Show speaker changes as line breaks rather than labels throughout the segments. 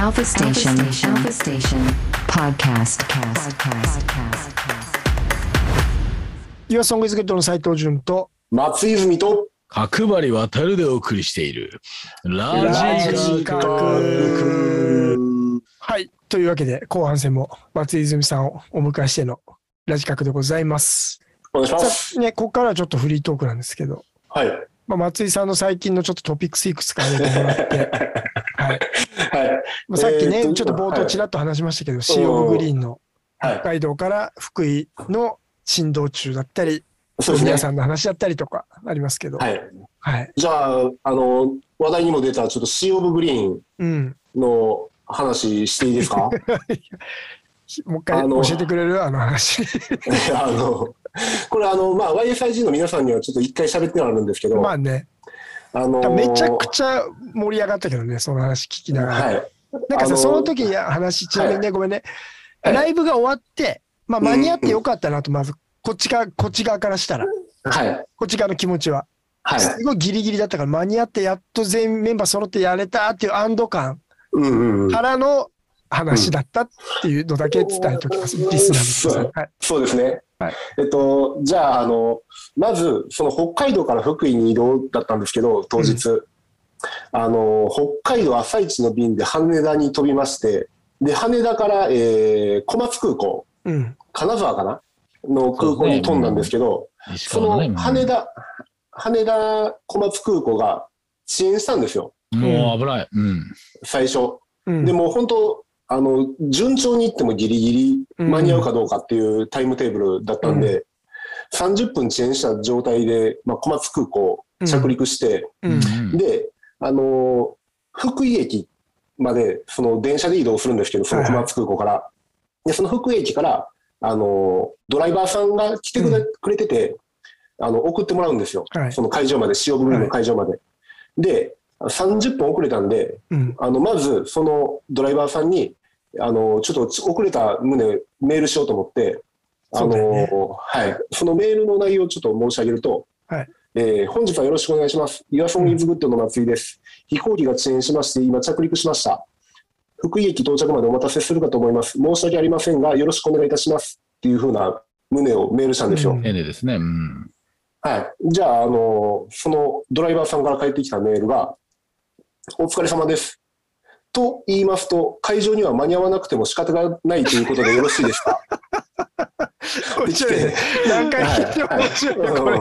Alpha Station. Alpha Station. Podcast. Podcast. Podcast.
岩ソングイズゲットの斉藤潤と、
松泉と
角張渡るでお送りしている。ラ
ラ
ジ
ジ
カ
カ
ク。
はい。というわけで、後半戦も松井泉さんをお迎えしてのラジカクでございます。
お願いしま
さ
す。
あね、ここからはちょっとフリートークなんですけど、
はい。
まあ、松井さんの最近のちょっとトピックスいくつか挙げてもら って、はい。
はい。
まあ、さっきね、
えーと
ちょっと冒頭ちらっと話しましたけど、シー・オブ・グリーンの
はい
北。海道から福井の振動中だったり、
そうですね
皆。さんの話だったりとかありますけど、はい。
はい。じゃあ、あの、話題にも出た、ちょっとシー・オブ・グリーン
うん。
の話していいで すか
もう一回
あの
教えてくれるあの 話。
あの、これあの、まあ、YSIG の皆さんにはちょっと一回喋ってはあるんですけど、
まあね、
あの
めちゃくちゃ盛り上がったけどね、その話聞きながら。
はい。
なんか
あ
さ、
の
その時に話、ちなみにね、ごめんね、
はい
ライブが終わって、まあ間に合ってよかったなと、まず、こっち側、こっち側からしたら、
はい。
こっち側の気持ちは。
はい。
すごいギリギリだったから、間に合って、やっと全員メンバー揃ってやれたっていう安堵感
うんうんうん。
からの話だったっていうのだけ伝えておきます、
うん
リスナーの皆
そうですね。
はい
えっと、じゃあ、あの、まず、その北海道から福井に移動だったんですけど、当日。あの、北海道朝市の便で羽田に飛びまして、で、羽田から、えー小松空港、
さん。はい。うん。
金沢かなの空港に飛んだんですけど、
石
そ
川のね
の羽田、羽田小松空港が遅延したんですよ、
もう危ない。うん。
最初。
うん、
でも本当、あの、順調に行ってもギリギリ
うん
間に合うかどうかっていうタイムテーブルだったんで、30分遅延した状態で、まあ、小松空港着陸して、
うん、
で、あのー福井駅まで、その電車で移動するんですけど、その小松空港から。で、その福井駅から、あのードライバーさんが来てくれ,、
う
くれてて、あの、送ってもらうんですよ。
はい
その会場まで、塩分の会場まで。で、30分遅れたんで、
うん。
あのまずそのドライバーさんにあのちょっと遅れた旨メールしようと思ってあ
そう
の
だよね
はい、そのメールの内容をちょっと申し上げると、
はい
えー本日はよろしくお願いします。イワソン・イズ・グッドの松井です。飛行機が遅延しまして、今着陸しました。福井駅到着までお待たせするかと思います。申し訳ありませんが、よろしくお願いいたします。っていうふうな旨をメールしたんですよ。
うん
丁寧ですね。うん。
はい。じゃあ、あの、そのドライバーさんから返ってきたメールが、お疲れ様です。と言いますと、会場には間に合わなくても仕方がないということでよろしいです か
面白 いね。何回聞いても面白いね、これ。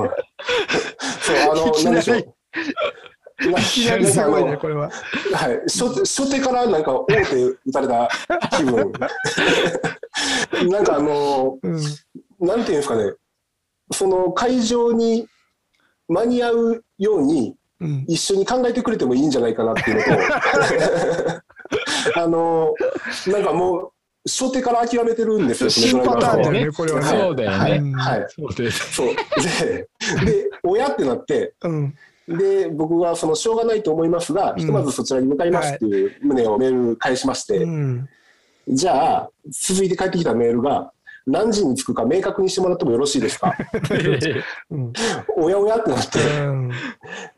そう、あの、
いきなり
何でしょう。い
いきなりすごいね、これは。
はい、初初手からなんか大手打たれた気分。なんかあの、
うん。
なんていうんですかね、その会場に間に合うように、
うん。
一緒に考えてくれてもいいんじゃないかなっていう のと、あの、なんかもう、初手から諦めてるんですよ、
新パターンだよ
ね。
ね、これはね。
そうだよ
は
ね
い。
うん
はい。
そうです。
そう。で、で、親ってなって、
うん。
で、僕がその、しょうがないと思いますが、
ん
ひとまずそちらに向かいますっていう旨をメール返しまして、
うん。
じゃあ、続いて返ってきたメールが、何時に着くか明確にしてもらってもよろしいですか
うん。
おやおやってなって、
うん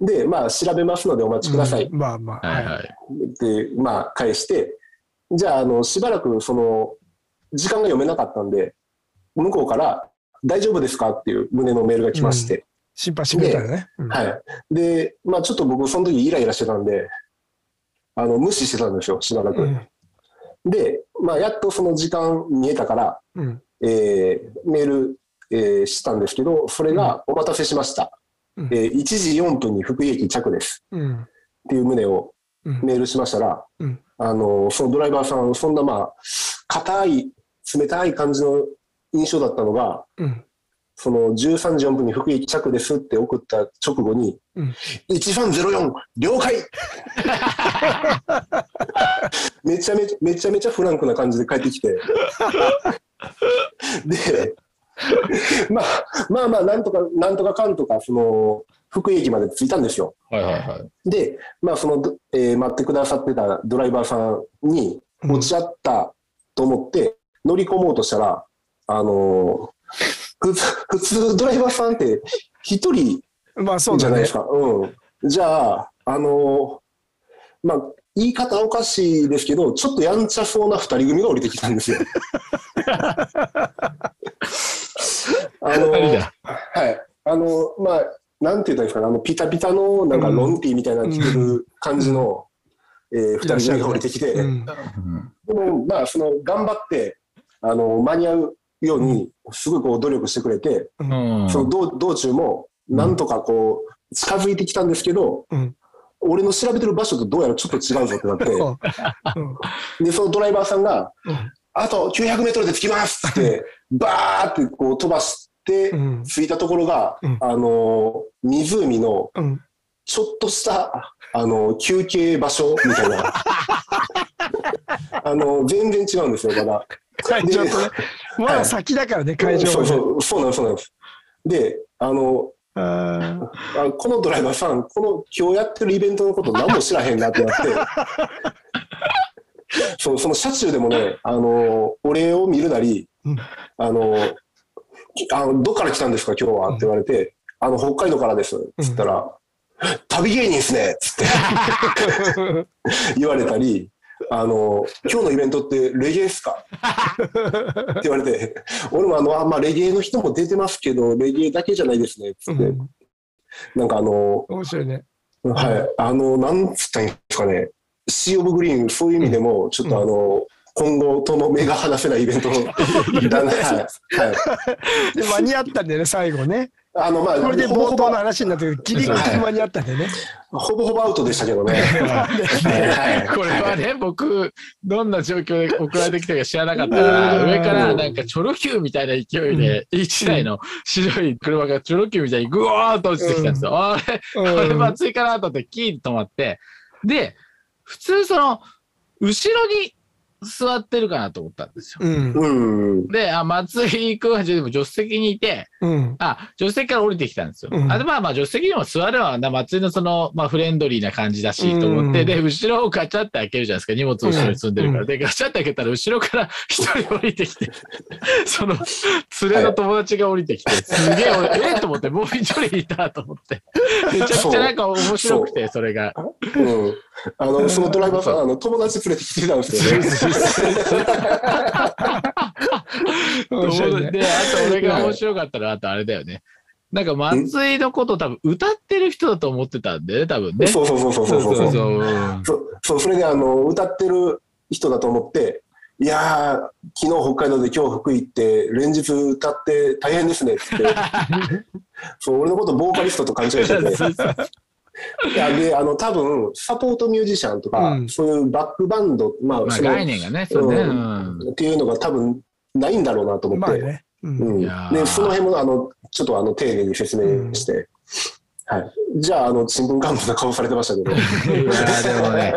で、まあ、調べますのでお待ちください。
うんまあまあ。
はい
はい
はい。
で、まあ、返して、じゃあ、あの、しばらく、その、時間が読めなかったんで、向こうから、大丈夫ですかっていう胸のメールが来まして、
心配してくれたよね。うん
はい。で、まあ、ちょっと僕、その時イライラしてたんで、あの、無視してたんですよ、しばらく。
うん
で、まあ、やっとその時間見えたから、
うん。
えーメール、えーしたんですけど、それが、お待たせしました。
うん
えー1時4分に福井駅着です。
うん。
っていう旨を
うん。
メールしましたら、
うん
あのそのドライバーさん、そんなまあ、硬い、冷たい感じの印象だったのが、
うん。
その13時4分に福井着ですって送った直後に、
うん
1304、了 解めちゃめちゃ、めちゃめちゃフランクな感じで帰っ てきて。で、まあ、まあまあ、なんとか、なんとかかんとか、その、福井駅まで着いたんですよ。
はいはいはい。
で、まあ、その、どえー待ってくださってたドライバーさんに
うん
落ち合ったと思って乗り込もうとしたら、あのー普通、普通ドライバーさんって一人
まあそう
じゃ
だ
ない
ね
です。か。うん。じゃあ、あのまあ、言い方おかしいですけど、ちょっとやんちゃそうな2人組が降りてきた んですよ。あの
あれだ。
はい。あの、まあ、なんて言ったらいいですかね、あの、ピタピタの、なんか、
うん
ロンティーみたいなの着てる感じの、えー、二人組が降りてきて、
うん
うん
でも、まあ、その、頑張って、あの、間に合うように、すごいこう、努力してくれて、
うん
その道、道中も、なんとかこう、近づいてきたんですけど、
うん
俺の調べてる場所とどうやらちょっと違うぞってなって、で、そのドライバーさんが、
うん
あと900メートルで着きますって、バーってこう飛ばして、
うん
着いたところが、
うん
あのー湖の
うん
ちょっとしたあのー休憩場所みたいな あのー全然違うんですよまだ
会場とねま
は
だ
い
先だからね会場
そう
まで
そうそうなんですそうなんですであの
あ
あこのドライバーさんこの今日やってるイベントのこと何も知らへんなって なってそうその車中でもねあのー俺を見るなり
ーうん
あの、きあのどっから来たんですか、今日はって言われて、あの、北海道からです。つったら、旅芸人ですねつって言われたり、あの、今日のイベントってレゲエですかって言われて、俺もあの、あまあ、レゲエの人も出てますけど、レゲエだけじゃないですね。つって、
うん
なんかあの、
面白いね
はい、あの、なんつったらいいんですかね、シー・オブ・グリーン、そういう意味でも、ちょっとあの、今後とも目が離せないイベントの、だんだんはい、はい。
で間に合ったんだよね最後ね
あの、まあ、
これで
ほぼ
冒
ほ
頭
ぼ
の話になったけどギリギリ間に合ったんだよね
ほぼほぼアウトでしたけどね。はい
これはね、僕、どんな状況で送られてきたか知らなかったら、
うん
上からなんかチョロ Q みたいな勢いで、一台の白い車がチョロ Q みたいにグワーッと落ちてきたんですよ。あれ、
うん
これまずいかなと思って、キーンと止まって、で、普通その、後ろに座ってるかなと思ったんですよ。
うん
うん。
で、あ、松井君はでも助手席にいて、
うん
あ、助手席から降りてきたんですよ。
うん
あで、まあまあ、助手席にも座るのはな、松井のその、まあ、フレンドリーな感じだし、と思って、
うん
で、後ろをガチャって開けるじゃないですか。荷物を後ろに積んでるから。
うん
で、ガチャって開けたら、後ろから一人降りてき て、その、連れの友達が降りてきて、すげえ、俺、えっと思って、もう一人いたと思って。めちゃくちゃなんか面白くて、それが。
うん。あの、そのドライバーさん、あの、友達連れてきてたんですよね。
面白いね
で、あと俺が面白かったら、あとあれだよね。なんか松井のこと多分歌ってる人だと思ってたんでね、多分ね。
そうそうそうそうそうそうそう
そう。
そう、それで、あの、歌ってる人だと思って、いやー、昨日北海道で今日福井行って、連日歌って大変ですね、つって。そう、俺のことボーカリストと勘違いしてて。いや、で、あの、多分、サポートミュージシャンとか、
うん
そういうバックバンド、まあ、
まあ
その
概念がね、そうね。う
うん
ん
っていうのが多分ないんだろうなと思って、
まあねうん
うん
いやー
でその辺もあのちょっとあの丁寧に説明して、はい、じゃああの新聞幹部の顔されてましたけど
いやでもね、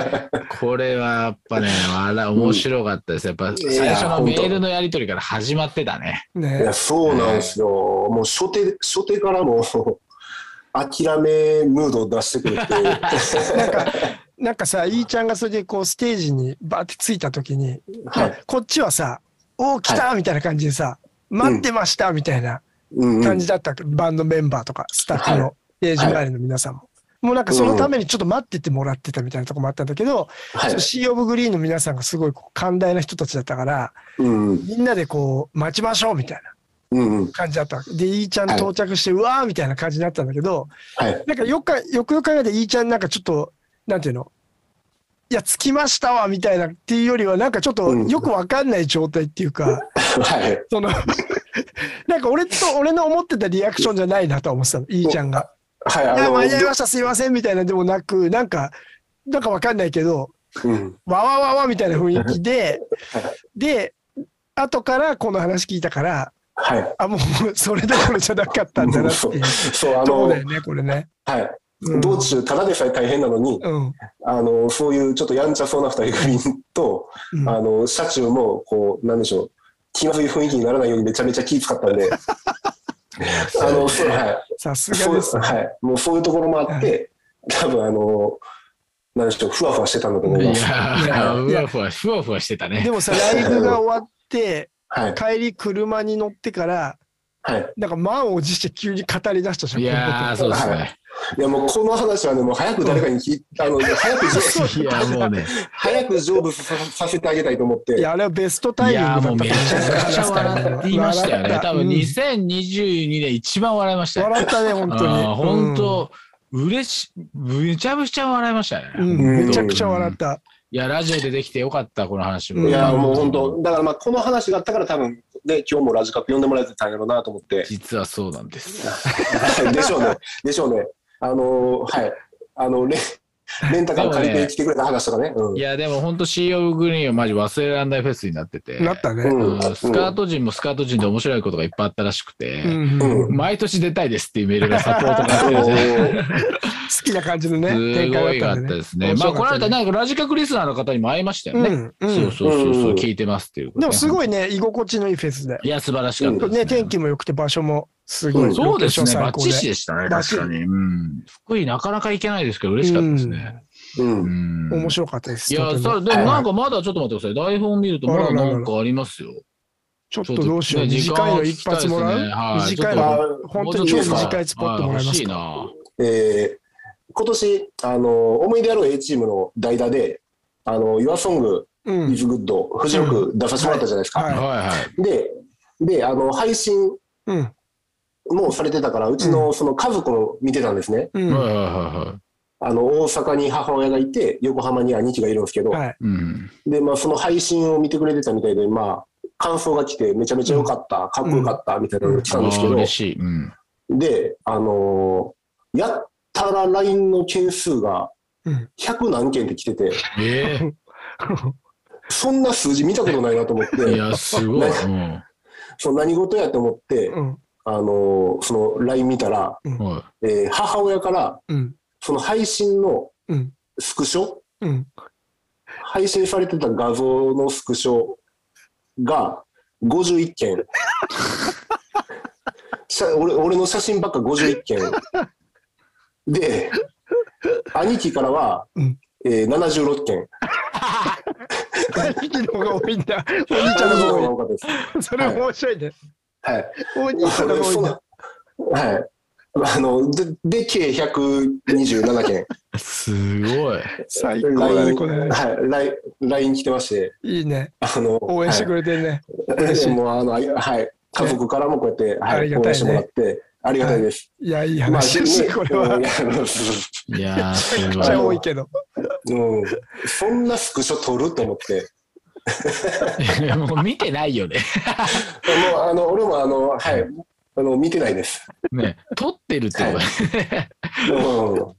これはやっぱね、あら面白かったです。やっぱ最初のメールのやり取りから始まってたね。
い
ね
やそうなんですよ、もう初手初手からもう 諦めムードを出してく るっていう
なんかさ、いーちゃんがそれでこうステージにバーってついたときに、
はい
こっちはさ、おー来たみたいな感じでさ、待ってましたみたいな
うんうん
感じだった、バンドメンバーとか、スタッフ
は
のステージ周りの皆さんも。もうなんかそのためにちょっと待っててもらってたみたいなとこもあったんだけど、
はい
そのシー・オブ・グリーンの皆さんがすごいこう寛大な人たちだったから、
うん
みんなでこう待ちましょうみたいな
うんうん
感じだったわけ。で、いーちゃん
はい
到着して、うわーみたいな感じになったんだけど、
はい
なんかよくかよくよく考えていいちゃんなんかちょっとなんていうのいや着きましたわみたいなっていうよりはなんかちょっと
うん
よくわかんない状態っていうか、
はい
そのなんか俺と俺の思ってたリアクションじゃないなとは思ってたのいいちゃんが
は
「
い
い
あ
や
の
間に合いましたすいません」みたいなでもなくなんかなんかわかんないけど
うん
「わわわわ」みたいな雰囲気 でで後からこの話聞いたから
はい
あもうそれどころじゃなかったんだなって
そう
いう
そう あ
とこ
の
だよねこれね。
はい、
うん
道中ただでさえ大変なのに、
うん
あのそういうちょっとやんちゃそうな二人組と、
うん
あの車中もこうなんでしょう気まずい雰囲気にならないようにめちゃめちゃ気使った んであのそうは
さす
い
が
そう
ですね。
はいもうそういうところもあって、多分あのなんでしょうふわふわしてたんだと思い
いや
ます。
ー、ふわふわ、ふわふわしてたね
で。もさ、ライブが終わって、
はい
帰り車に乗ってから、
はい
なんか満を持して急に語り出したじゃん。
いやー、そうですね。
いやもうこの話はね、もう早く誰かに聞いあの、早く成、
いや、もうね。
早く成仏ささせてあげたいと思っ
い
て。
や、あれはベストタ
い
イミングだった
や、もうめちゃくちゃ笑っていましたよ
笑
ね。
った
多分2022年一番笑いましたよ。
笑ったね、本当に。
あー本当、嬉し、めちゃくちゃ笑いましたね。
うん。
ん
うんめちゃくちゃ笑った。
いや、ラジオでできてよかった、この話
う
も。
ん
いやもう本当、だからまあこの話があったから多分、ね、今日もラジカップ呼んでもらえてたんやろうなと思 って。
実はそうなんです。
はいでしょうね。でしょうね。あのーはい。あの、レレンタカー借りてきてくれた話とかね。うん
いや、でも本当、シー・オブ・グリーンはマジ忘れられないフェスになってて。
なったね。
う
うんんスカート人もスカート人で面白いことがいっぱいあったらしくて、
うん
うん
好
毎年出たいですっていうメールがサポートが来て
お
て
ー
きな感じのね、
す
展
ご
開
い良
だ
か
った
っ
んで
た
ね。
ですね。
面
まあ、
白
この
かったね
間、なんかラジカクリスナーの方にも会いましたよね。
うんうん
そうそうそうそ
う
う、
ん
聞いてますっていうこと
で
ね、
もすごいね、居心地のいいフェスで。
いや、素晴らしかったですね。
ね、天気も良くて場所もすごい。
そうですね。
ロケーション
バ
最
ッ
高
チシでしたね。
バッチ
確
リ
かに。うん。福井なかなか行けないですけど、嬉しかったですね。
う。
うんん。
面白かったです。
いや、
とても
さ、でもなんかまだちょっと待ってください。台本見るとまだなんかありますよ。
ちょっとどうしよう。
ちょっと
短
ね
いの一発もら
時間を
う
聞き
短
たいです
い
あ
ねはい
の、
ー
本当に超
もうちょっとですか
短いスポットもらえま
欲し
す
い
か
な。
えー今年、あのー思い出あろう A チームの代打で、あの、YourSong
うん
is Good、フジロック出させてもらったじゃないです
は
か。
はいはい。
で、で、あの、配信
うん。
もうされてたから、うちのその家族を見てたんですね。
うん。
はい
は
はいはいはい。
あの、大阪に母親がいて、横浜に兄貴がいるんですけど、
い。
うん。
で、まあ、その配信を見てくれてたみたいで、まあ、感想が来て、めちゃめちゃ良かった、かっこよかった、みたいなのが来
あ
たんですけ
ー
ど、
嬉しい。うん。
で、あのーやったら LINE の件数が
うん
100何件って来てて、
え
そんな数字見たことないなと思っ
え。い
て、
や、すごい。うん。
その何事やと思って、
うん。
あのーその LINE 見たら、
はい
えー母親から、
うん。
その配信の
うん
スクショ、
うん。
配信されてた画像のスクショが51件 写俺俺の写真ばっか51件で兄貴からは、
うん
えー、76件
兄貴の方が多いんだ。お
兄
兄ち
ち
ゃ
ゃ
ん
ん
の
の方
方
が
が
多かったです
多い。それ面白いね。
はい
お兄さんの方が多いんだ。
はいあのでで計127件
すごい。
最高だね、これね。
LINE はい LINE LINE 来てまして
いいね。
あの
応援して
はい
くれてるね。
で
嬉しい
もうあのあいはい、家族からもこうやって、
あ
は
り
い、
が
応
たいね
援してもらって、ありがたいです。
いや、いい話だし、これは。
い
め
やあのそう
いやー、す
っ
ごい
ち。ゃ多いけど。
うん、そんなスクショ撮ると思って、
いやもう見てないよね。
もうあの俺もあの、はい、あの見てないです。
ね、撮ってるってことだね
うん、
あ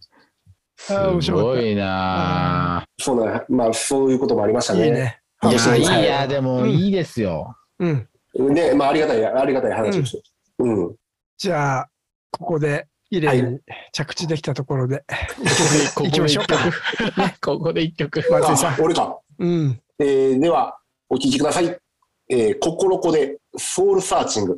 ー面
す
白かった
ごいなあ
そうな、まあそういうこともありました
い
ね。
いね。
い
面白
や、
いです
いい
は
や、でもいいですよ。
うん。
ね、まあありがたいありがたい話です。うん、
じゃあ、ここで、綺麗に着地できたところで、
ここ
行き
で
まし
一
ょう
曲。ここで一曲。
松井さん
あ。俺か。
うん。
えーではお聞きください。えー、ココロコでソウルサーチング。